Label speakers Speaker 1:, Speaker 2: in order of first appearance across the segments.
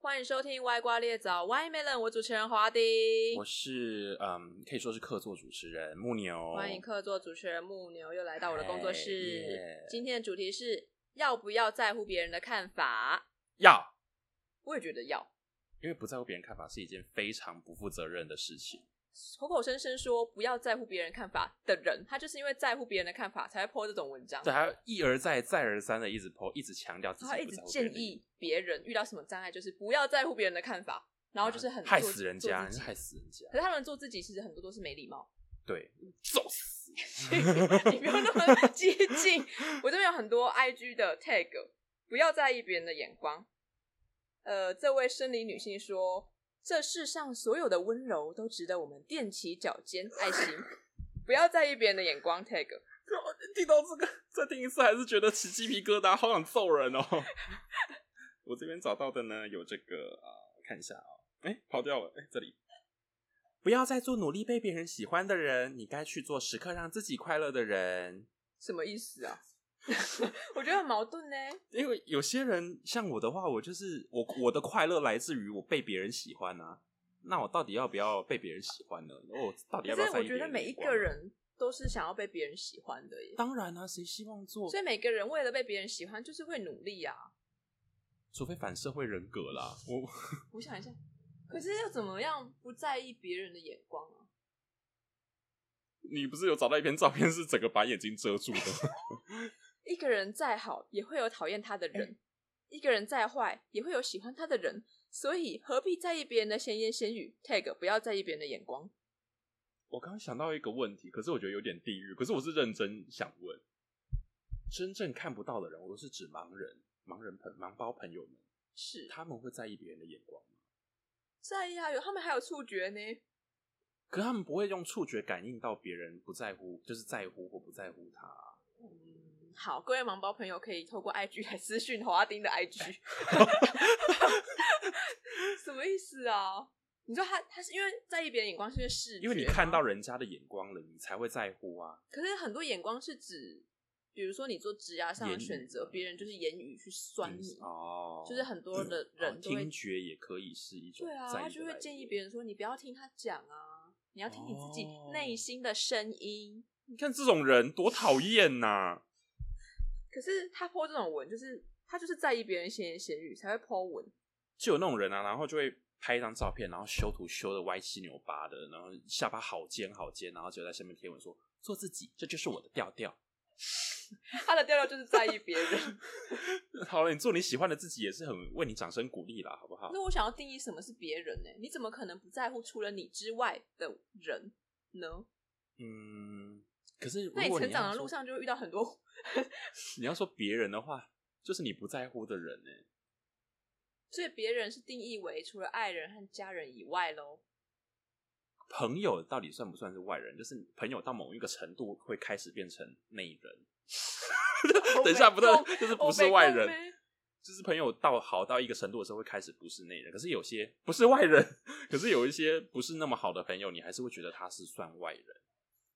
Speaker 1: 欢迎收听《歪瓜裂枣》，Why Melon，我主持人华迪
Speaker 2: 我，是嗯，可以说是客座主持人木牛。
Speaker 1: 欢迎客座主持人木牛又来到我的工作室。
Speaker 2: 哎耶
Speaker 1: 今天的主题是要不要在乎别人的看法？
Speaker 2: 要，
Speaker 1: 我也觉得要，
Speaker 2: 因为不在乎别人看法是一件非常不负责任的事情。
Speaker 1: 口口声声说不要在乎别人看法的人，他就是因为在乎别人的看法才会 po 这种文章，
Speaker 2: 对，还要一而再、再而三的一直剖，一直强调自己
Speaker 1: 他一
Speaker 2: 不
Speaker 1: 直
Speaker 2: 在乎别
Speaker 1: 建
Speaker 2: 人的意见，
Speaker 1: 议别人遇到什么障碍就是不要在乎别人的看法，然后就是很
Speaker 2: 啊 害
Speaker 1: 做
Speaker 2: 死人家，
Speaker 1: 做自己
Speaker 2: 害死人家。
Speaker 1: 可是他们做自己，其实很多都是没礼貌。
Speaker 2: 对，揍死！
Speaker 1: 你不要那么 激进。我这边有很多 IG 的 tag，不要在意别人的眼光。呃，这位生理女性说：“这世上所有的温柔都值得我们踮起脚尖，爱心。 不要在意别人的眼光 tag。
Speaker 2: 听到这个，再听一次还是觉得起鸡皮疙瘩，好想揍人哦。 我这边找到的呢，有这个啊、我看一下啊、哎、跑掉了，哎、这里。不要再做努力被别人喜欢的人，你该去做时刻让自己快乐的人。
Speaker 1: 什么意思啊？ 我觉得很矛盾呢。
Speaker 2: 因为有些人像我的话，我就是我我的快乐来自于我被别人喜欢啊。那我到底要不要被别人喜欢呢？我到
Speaker 1: 可
Speaker 2: 底要不要
Speaker 1: 是
Speaker 2: 在
Speaker 1: 我
Speaker 2: 意别
Speaker 1: 觉
Speaker 2: 人的
Speaker 1: 得每一
Speaker 2: 眼光
Speaker 1: 个
Speaker 2: 啊，
Speaker 1: 人都是想要被别人喜欢的耶。
Speaker 2: 当然啊，谁希望做
Speaker 1: 所？以每个人为了被别人喜欢，就是会努力啊。
Speaker 2: 除非反社会人格啦。我
Speaker 1: 我想一下，可是要怎么样不在意别人的眼光啊？
Speaker 2: 你不是有找到一篇照片是整个把眼睛遮住的吗？
Speaker 1: 一个人再好，也会有讨厌他
Speaker 2: 哎
Speaker 1: 的人；一个人再坏，也会有喜欢他的人。所以何必在意别人的闲言闲语？tag 不要在意别人的眼光。
Speaker 2: 我刚刚想到一个问题，可是我觉得有点地狱。可是我是认真想问，真正看不到的人，我是指盲人、盲人朋、盲包朋友们，
Speaker 1: 是
Speaker 2: 他们会在意别人的眼光吗？
Speaker 1: 在意啊，有他们还有触觉呢。
Speaker 2: 可他们不会用触觉感应到别人不在乎，就是在乎或不在乎他啊、
Speaker 1: 嗯，好，各位盲包朋友可以透过 IG 来私讯华丁的 IG。什么意思啊？你说他他是因为在意别人眼光是因为视觉，
Speaker 2: 因为你看到，人家的眼光了，你才会在乎啊。
Speaker 1: 可是很多眼光是指，比如说你做职涯上的
Speaker 2: 言语嗯
Speaker 1: 选择，别人就是言语去酸你。
Speaker 2: 哦，
Speaker 1: 就是很多的人
Speaker 2: 哦
Speaker 1: 都会
Speaker 2: 听觉也可以是一种
Speaker 1: 对啊，
Speaker 2: 在意
Speaker 1: 他
Speaker 2: 的
Speaker 1: 就会
Speaker 2: 来
Speaker 1: 建议
Speaker 2: 源
Speaker 1: 别人说你不要听他讲啊，你要听你自己
Speaker 2: 哦
Speaker 1: 内心的声音。
Speaker 2: 你看这种人多讨厌呐、
Speaker 1: 可是他泼这种文，就是他就是在意别人闲言闲语才会泼文，
Speaker 2: 就有那种人啊，然后就会拍一张照片，然后修图修的歪七扭八的，然后下巴好尖好尖，然后就在下面贴文说做自己，这就是我的调 调。
Speaker 1: 他的调调就是在意别人。
Speaker 2: 好了，你做你喜欢的自己也是很为你掌声鼓励啦，好不好？
Speaker 1: 那我想要定义什么是别人呢、你怎么可能不在乎除了你之外的人呢？
Speaker 2: 嗯，可是如
Speaker 1: 那你
Speaker 2: 果
Speaker 1: 成长
Speaker 2: 要
Speaker 1: 的
Speaker 2: 说
Speaker 1: 路，上就会遇到很多，
Speaker 2: 你要说别人的话，就是你不在乎的人呢、
Speaker 1: 所以别人是定义为除了爱人和家人以外喽。
Speaker 2: 朋友到底算不算是外人？就是朋友到某一个程度会开始变成内人。
Speaker 1: 哦
Speaker 2: 等一下，不对
Speaker 1: 懂，
Speaker 2: 就是
Speaker 1: 我
Speaker 2: 不是
Speaker 1: 哦没
Speaker 2: 外
Speaker 1: 懂
Speaker 2: 人
Speaker 1: 咩，
Speaker 2: 就是朋友到好到一个程度的时候会开始不是内人，可是有些不是外人， 可是有一些不是那么好的朋友，你还是会觉得他是算外人，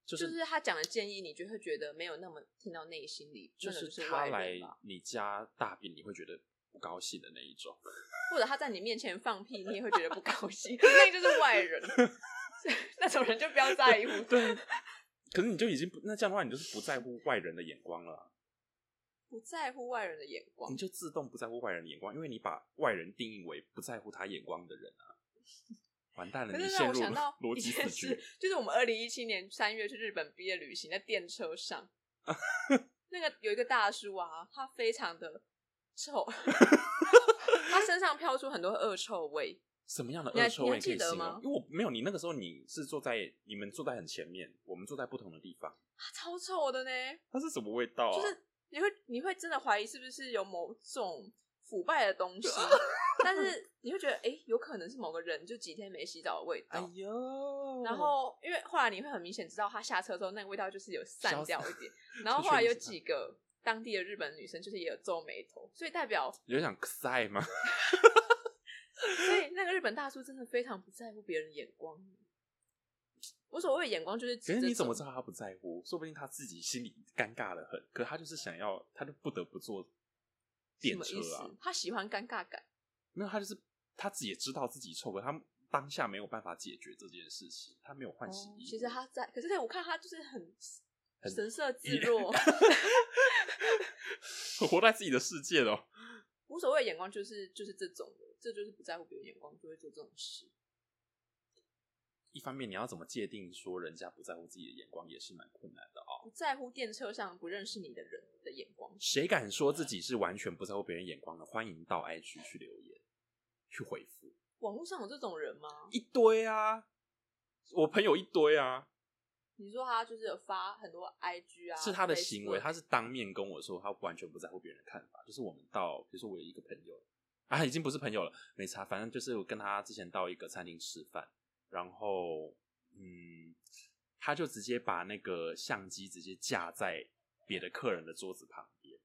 Speaker 2: 就
Speaker 1: 就是是他讲的建议，你就会觉得没有那么听到内心里，
Speaker 2: 就
Speaker 1: 那个
Speaker 2: 是
Speaker 1: 就是
Speaker 2: 他
Speaker 1: 外
Speaker 2: 来
Speaker 1: 人吧。
Speaker 2: 你家大便，你会觉得不高兴的那一种。
Speaker 1: 或者他在你面前放屁，你也会觉得不高兴， 那就是外人。那种人就不要在乎。
Speaker 2: 对，啊可是你就已经不那这样的话，你就是不在乎外人的眼光了啊、
Speaker 1: 不在乎外人的眼光
Speaker 2: 你。就自动不在乎外人的眼光，因为你把外人定义为不在乎他眼光的人啊。完蛋了，
Speaker 1: 可
Speaker 2: 嗯你
Speaker 1: 是
Speaker 2: 陷
Speaker 1: 让我
Speaker 2: 入
Speaker 1: 想到
Speaker 2: 逻
Speaker 1: 一
Speaker 2: 辑死
Speaker 1: 件
Speaker 2: 局
Speaker 1: 事。，就是我们二零一七年三月去日本毕业旅行，在电车 上，那个有一个大叔啊，他非常的臭， 他身上飘出很多恶臭味。
Speaker 2: 什么样的
Speaker 1: 你还
Speaker 2: 恶臭
Speaker 1: 你还
Speaker 2: 味可以
Speaker 1: 记得
Speaker 2: 形
Speaker 1: 吗
Speaker 2: 容？因为我没有你那个时候你是坐在你们坐在很前面，我们坐在不同的地方，
Speaker 1: 他超臭的呢，
Speaker 2: 它是什么味道啊？
Speaker 1: 就是你会你会真的怀疑是不是有某种腐败的 东西，但是你会觉得哎、诶有可能是某个人就几天没洗澡的味
Speaker 2: 哎
Speaker 1: 道。
Speaker 2: 呦，
Speaker 1: 哦然后，因为后来你会很明显知道，他下车之后那个味道就是有散
Speaker 2: 消
Speaker 1: 掉
Speaker 2: 散
Speaker 1: 一点。然后
Speaker 2: 出
Speaker 1: 后来
Speaker 2: 去
Speaker 1: 有
Speaker 2: 一下
Speaker 1: 几个当地的日本女生，就是也有皱眉头，所以代表，
Speaker 2: 有点想塞吗？
Speaker 1: 所以那个日本大叔真的非常不在乎别人的眼光。我所谓的眼光就是指这
Speaker 2: 可
Speaker 1: 种，
Speaker 2: 是你怎么知道他不在乎？说不定他自己心里尴尬的很，可他就是想要，他就不得不坐
Speaker 1: 什
Speaker 2: 电
Speaker 1: 么
Speaker 2: 车
Speaker 1: 意思
Speaker 2: 啊，？
Speaker 1: 他喜欢尴尬感，
Speaker 2: 没有，他就是他自己也知道自己臭，可他当下没有办法解决这件事情，他没有换洗
Speaker 1: 哦
Speaker 2: 衣物。
Speaker 1: 其实他在，可是我看他就是很
Speaker 2: 很
Speaker 1: 神色自
Speaker 2: 一
Speaker 1: 若，
Speaker 2: 活在自己的世界咯。
Speaker 1: 无所谓的眼光就是就是这种的，这就是不在乎别人眼光就会做这种事。
Speaker 2: 一方面，你要怎么界定说人家不在乎自己的眼光，也是蛮困难的哦。
Speaker 1: 不在乎电车上不认识你的人的眼光，
Speaker 2: 谁敢说自己是完全不在乎别人眼光的？欢迎到 IG 去留言，去回复
Speaker 1: 网络上有这种人吗？
Speaker 2: 一堆啊，我朋友一堆啊，
Speaker 1: 你说他就是有发很多 IG 啊，
Speaker 2: 是他的行为，
Speaker 1: Facebook
Speaker 2: 他是当面跟我说，他完全不在乎别人的看法。就是我们到，比如说我有一个朋友啊，已经不是朋友了，没差，反正就是我跟他之前到一个餐厅吃饭，然后嗯，他就直接把那个相机直接架在别的客人的桌子旁边，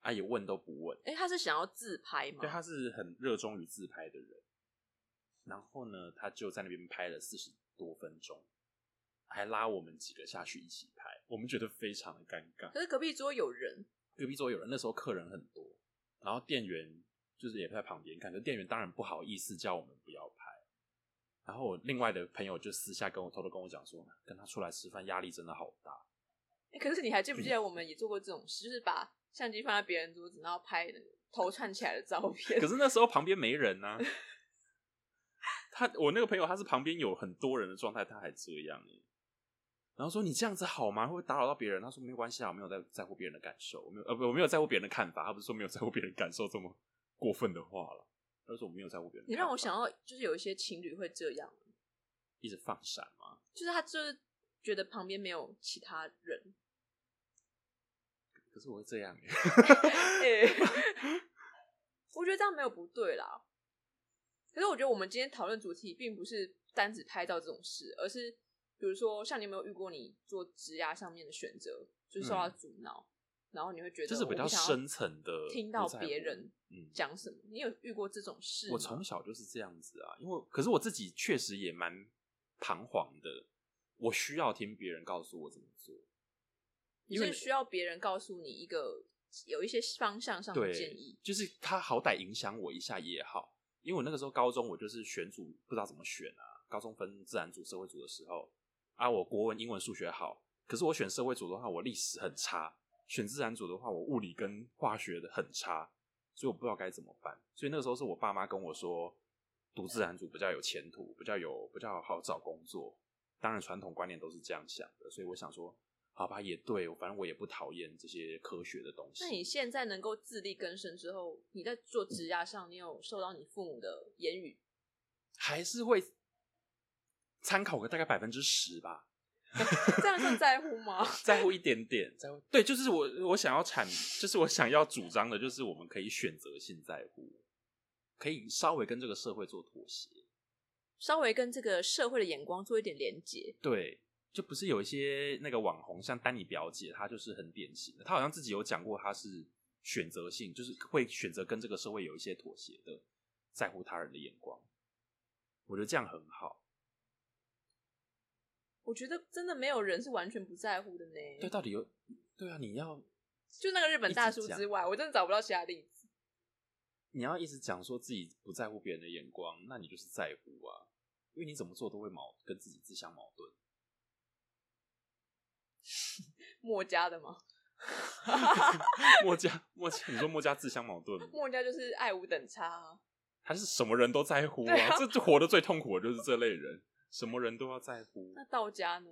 Speaker 2: 啊，也问都不问，
Speaker 1: 哎、他是想要自拍吗？
Speaker 2: 对，他是很热衷于自拍的人。然后呢，他就在那边拍了四十多分钟，还拉我们几个下去一起拍，我们觉得非常的尴 尬。
Speaker 1: 可是隔壁桌有人，
Speaker 2: 隔壁桌有人，那时候客人很多，然后店员就是也在旁边看，就店员当然不好意思叫我们不要拍。然后我另外的朋友就私下跟我偷偷跟我讲说，跟他出来吃饭压力真的好大。
Speaker 1: 诶可是你还记不记得我们也做过这种事，就是把相机放在别人桌子，然后拍那个头串起来的照片。
Speaker 2: 可是那时候旁边没人呐、他我那个朋友他是旁边有很多人的状态，他还这样耶然后说你这样子好吗？会不会打扰到别人？他说没有关系啊，我没有在在乎别人的感受，我没有呃不，我没有在乎别人的看法。他不是说没有在乎别人感受这么过分的话了，他就说我没有在乎别人 的
Speaker 1: 你
Speaker 2: 看法。
Speaker 1: 让我想到，就是有一些情侣会这样，
Speaker 2: 一直放闪嘛，
Speaker 1: 就是他就是觉得旁边没有其他人，
Speaker 2: 可是我会这样欸耶，
Speaker 1: 诶 我觉得这样没有不对啦。可是我觉得我们今天讨论主题并不是单只拍照这种事，而是比如说像你有没有遇过你做职涯上面的选择，就是受到阻挠，然后你会觉得
Speaker 2: 嗯这是比
Speaker 1: 我
Speaker 2: 较
Speaker 1: 不想要
Speaker 2: 深层的
Speaker 1: 听到
Speaker 2: 不在乎
Speaker 1: 别人
Speaker 2: 嗯
Speaker 1: 讲什么，你有遇过这种事吗？
Speaker 2: 我从小就是这样子啊，因为可是我自己确实也蛮彷徨的，我需要听别人告诉我怎么做。
Speaker 1: 你是需要别人告诉你一个有一些方向上的
Speaker 2: 对，
Speaker 1: 建议，
Speaker 2: 就是他好歹影响我一下也好，因为我那个时候高中我就是选组不知道怎么选啊，高中分自然组、社会组的时候啊，我国文、英文、数学好，可是我选社会组的话，我历史很差；选自然组的话，我物理跟化学的很差，所以我不知道该怎么办。所以那个时候是我爸妈跟我说，读自然组比较有前途，比较有比较好找工作。当然，传统观念都是这样想的，所以我想说，好吧，也对，反正我也不讨厌这些科学的东西。
Speaker 1: 那你现在能够自力更生之后，你在做职涯上，你有受到你父母的言语？
Speaker 2: 还是会参考个大概百分之十吧，
Speaker 1: 这样算在乎吗？
Speaker 2: 在乎一点点，在乎对，就是我我想要阐，就是我想要主张的，就是我们可以选择性在乎，可以稍微跟这个社会做妥协，
Speaker 1: 稍微跟这个社会的眼光做一点连接，
Speaker 2: 对。就不是有一些那个网红，像丹尼表姐，她就是很典型的。她好像自己有讲过，她是选择性，就是会选择跟这个社会有一些妥协的，在乎他人的眼光。我觉得这样很好。
Speaker 1: 我觉得真的没有人是完全不在乎的呢。
Speaker 2: 对，到底有对啊？你要
Speaker 1: 就那个日本大叔
Speaker 2: 一直讲
Speaker 1: 之外，我真的找不到其他例子。
Speaker 2: 你要一直讲说自己不在乎别人的眼光，那你就是在乎啊，因为你怎么做都会矛跟自己自相矛盾。
Speaker 1: 墨家的吗？
Speaker 2: 墨家，墨家，你说墨家自相矛盾吗？
Speaker 1: 墨家就是爱无等差、啊，
Speaker 2: 他是什么人都在乎
Speaker 1: 对
Speaker 2: 啊，
Speaker 1: 啊
Speaker 2: 这这活得最痛苦的就是这类人，什么人都要在乎。
Speaker 1: 那道家呢？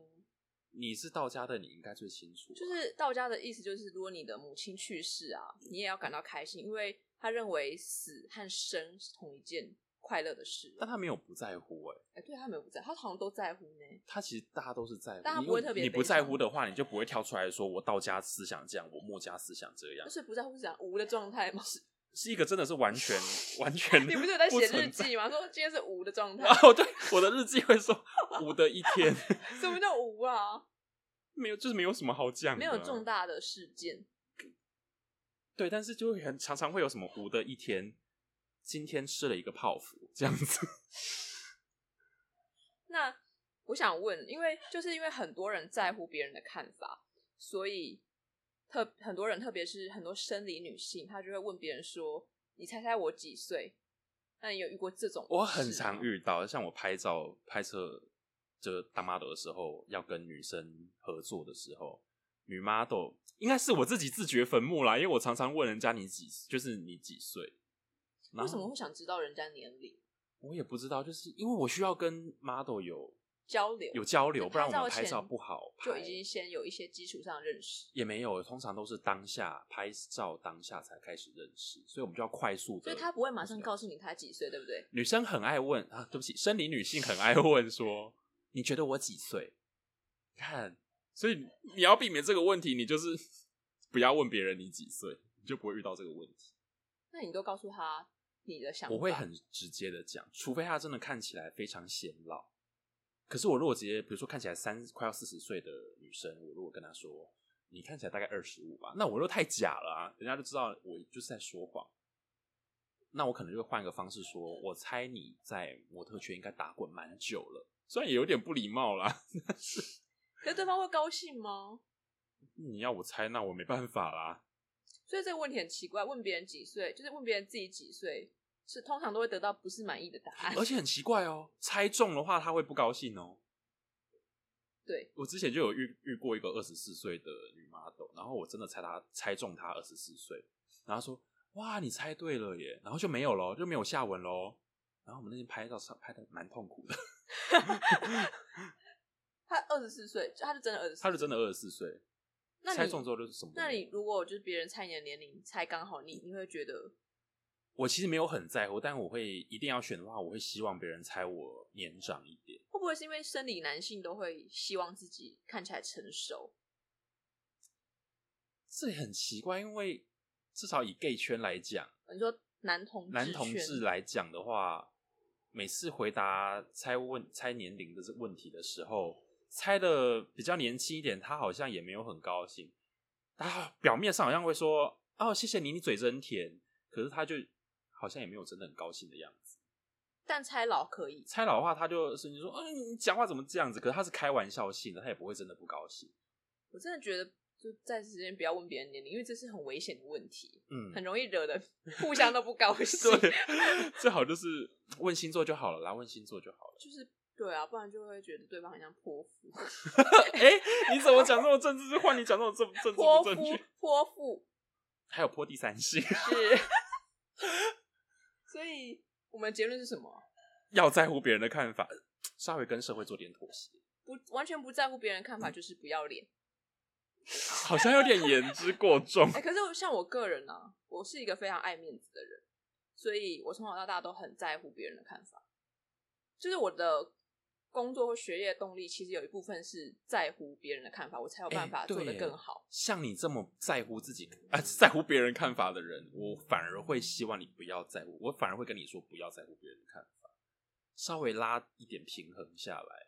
Speaker 2: 你是道家的，你应该最清楚啊、
Speaker 1: 就是道家的意思，就是如果你的母亲去世啊，你也要感到开心，因为他认为死和生是同一件快乐的事。
Speaker 2: 但他没有不在乎哎、
Speaker 1: 哎、对他们不在，他好像都在乎呢。
Speaker 2: 他其实大家都是在乎，
Speaker 1: 大家
Speaker 2: 因
Speaker 1: 不会
Speaker 2: 为
Speaker 1: 特别
Speaker 2: 你
Speaker 1: 悲
Speaker 2: 不
Speaker 1: 伤
Speaker 2: 在乎的话，你就不会跳出来说我道家思想这样，我墨家思想这样
Speaker 1: 就，是不在乎是讲无的状态 吗？
Speaker 2: 是一个真的是完全 完全
Speaker 1: 你不是有在写日
Speaker 2: 存在
Speaker 1: 记吗？说今天是无的状 态，
Speaker 2: 哦，对，我的日记会说五的一 天
Speaker 1: 什么叫无啊？
Speaker 2: 没有，就是没有什么好讲、
Speaker 1: 没有重
Speaker 2: 大。
Speaker 1: 大的事件，
Speaker 2: 对，但是就会很常常会有什么五的一天，今天吃了一个泡芙这样子。
Speaker 1: 那我想问，因为就是因为很多人在乎别人的看法，所以特很多人，特别是很多生理女性，她就会问别人说：“你猜猜我几岁？”那你有遇过这种？
Speaker 2: 我很常。遇到，像我拍照拍摄就是当 model 的时候，要跟女生合作的时候，女 model 应该是我自己自掘坟墓啦，因为我常常问人家你几，就是你几岁，然
Speaker 1: 为
Speaker 2: 后
Speaker 1: 什么会想知道人家年龄？
Speaker 2: 我也不知道，就是因为我需要跟 model 有
Speaker 1: 交流
Speaker 2: 有交流，
Speaker 1: 就
Speaker 2: 不然我们
Speaker 1: 拍
Speaker 2: 拍
Speaker 1: 照
Speaker 2: 照
Speaker 1: 前
Speaker 2: 不好拍，
Speaker 1: 就已经先有一些基础上的认识，
Speaker 2: 也没有，通常都是当下拍照当下才开始认识，所以我们就要快速的，
Speaker 1: 所以他不会马上告诉你他几岁，对不对？
Speaker 2: 女生很爱问啊，对不起，生理女性很爱问说：“你觉得我几岁？”看，所以你要避免这个问题，你就是 不要问别人你几岁，你就不会遇到这个问题。
Speaker 1: 那你都告诉他你的想法，
Speaker 2: 我会很直接的讲，除非她真的看起来非常显老。可是我如果直接，比如说看起来三快要四十岁的女生，我如果跟她说你看起来大概二十五吧，那我又太假了啊，人家就知道我就是在说谎。那我可能就会换一个方式说，我猜你在模特圈应该打滚蛮久了，虽然也有点不礼貌啦， 但是
Speaker 1: 可是对方会高兴吗？
Speaker 2: 你要我猜，那我没办法啦。
Speaker 1: 所以这个问题很奇怪，问别人几岁，就是问别人自己几岁，是通常都会得到不是满意的答案。
Speaker 2: 而且很奇怪哦，猜中的话他会不高兴哦。
Speaker 1: 对，
Speaker 2: 我之前就有遇遇过一个二十四岁的女 model，然后我真的猜她猜中她二十四岁，然后她说哇你猜对了耶，然后就没有咯，就没有下文咯。然后我们那天拍照拍的蛮痛苦的，
Speaker 1: 他二十四岁，他就真的二十四，
Speaker 2: 她就真的二十四岁，
Speaker 1: 那你
Speaker 2: 猜中之后就是什么都没有？
Speaker 1: 那你如果就是别人猜你的年龄，猜刚好你，你会觉得
Speaker 2: 我其实没有很在乎，但我会一定要选的话，我会希望别人猜我年长一点。
Speaker 1: 会不会是因为生理男性都会希望自己看起来成熟？
Speaker 2: 这也很奇怪，因为至少以 gay 圈来讲，
Speaker 1: 呃你说男同
Speaker 2: 男同
Speaker 1: 圈
Speaker 2: 志来讲的话，每次回答猜问猜年龄的这问题的时候，猜的比较年轻一点，他好像也没有很高兴。他表面上好像会说：“哦，谢谢你，你嘴真甜。”可是他就好像也没有真的很高兴的样子。
Speaker 1: 但猜老可以，
Speaker 2: 猜老的话，他就是你说：“嗯、你讲话怎么这样子？”可是他是开玩笑性的，他也不会真的不高兴。
Speaker 1: 我真的觉得就在此之间不要问别人年龄，因为这是很危险的问题，
Speaker 2: 嗯，
Speaker 1: 很容易惹得互相都不高兴。
Speaker 2: 对，最好就是问星座就好了啦，问星座就好 了。
Speaker 1: 就是对啊，不然就会觉得对方很像泼 妇，
Speaker 2: 哎、你怎么讲这种政治？换你讲这种政政治
Speaker 1: 泼
Speaker 2: 不
Speaker 1: 妇
Speaker 2: 正确？，
Speaker 1: 泼妇
Speaker 2: 还有泼第三性，
Speaker 1: 是。 所以我们的结论是什么？
Speaker 2: 要在乎别人的看法，稍微跟社会做点妥协，
Speaker 1: 不完全不在乎别人的看法，就是不要脸。
Speaker 2: 好像有点言之过 重
Speaker 1: 哎、。可是像我个人呢、啊，我是一个非常爱面子的人，所以我从小到大都很在乎别人的看法。就是我的工作或学业动力，其实有一部分是在乎别人的看法，我才有办法
Speaker 2: 哎对
Speaker 1: 做得
Speaker 2: 耶
Speaker 1: 更好。
Speaker 2: 像你这么在乎自己啊、在乎别人看法的人，我反而会希望你不要在乎，我反而会跟你说不要在乎别人的看法，稍微拉一点平衡下来，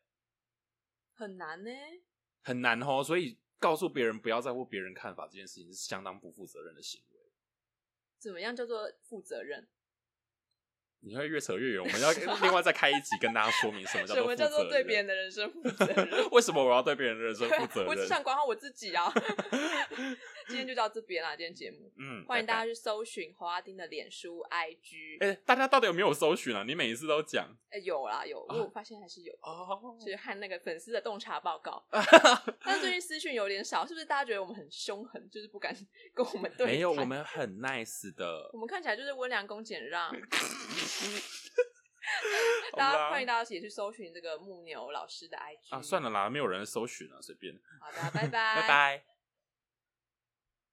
Speaker 1: 很难呢、
Speaker 2: 很难哦。所以告诉别人不要在乎别人看法这件事情是相当不负责任的行为。
Speaker 1: 怎么样叫做负责任？
Speaker 2: 你会越扯越远，我 们要另外再开一集跟大家说明什么叫
Speaker 1: 什
Speaker 2: 做
Speaker 1: 么
Speaker 2: 负
Speaker 1: 叫做
Speaker 2: 责
Speaker 1: 对别人
Speaker 2: 任。
Speaker 1: 的人生负责任？
Speaker 2: 为什么 我要对别人的人生
Speaker 1: 对
Speaker 2: 负
Speaker 1: 啊
Speaker 2: 责 任？
Speaker 1: 我只想管好我自己 啊！今天就到这边啦，今天节目
Speaker 2: 嗯，
Speaker 1: 欢迎大
Speaker 2: 拜
Speaker 1: 家
Speaker 2: 拜
Speaker 1: 去搜寻侯阿丁的脸书、IG，
Speaker 2: 哎、
Speaker 1: 哎、
Speaker 2: 大家到底有没有搜寻啊？你每一次都讲
Speaker 1: 呃有啦有，
Speaker 2: 啊
Speaker 1: 我发现还是有。
Speaker 2: 哦
Speaker 1: 就是看那个粉丝的洞察报 告。但是最近私讯有点少，是不是大家觉得我们很凶狠，就是不敢跟我们对？
Speaker 2: 没有，我，们很 nice 的
Speaker 1: 我。们看起来就是温良恭俭 让。
Speaker 2: 好
Speaker 1: 大
Speaker 2: 啦
Speaker 1: 家欢迎大家一起去搜寻这个木牛老师的 IG
Speaker 2: 啊，算
Speaker 1: 了，
Speaker 2: 了啦，没有人搜寻了，随便，
Speaker 1: 好的，拜拜，
Speaker 2: 拜拜。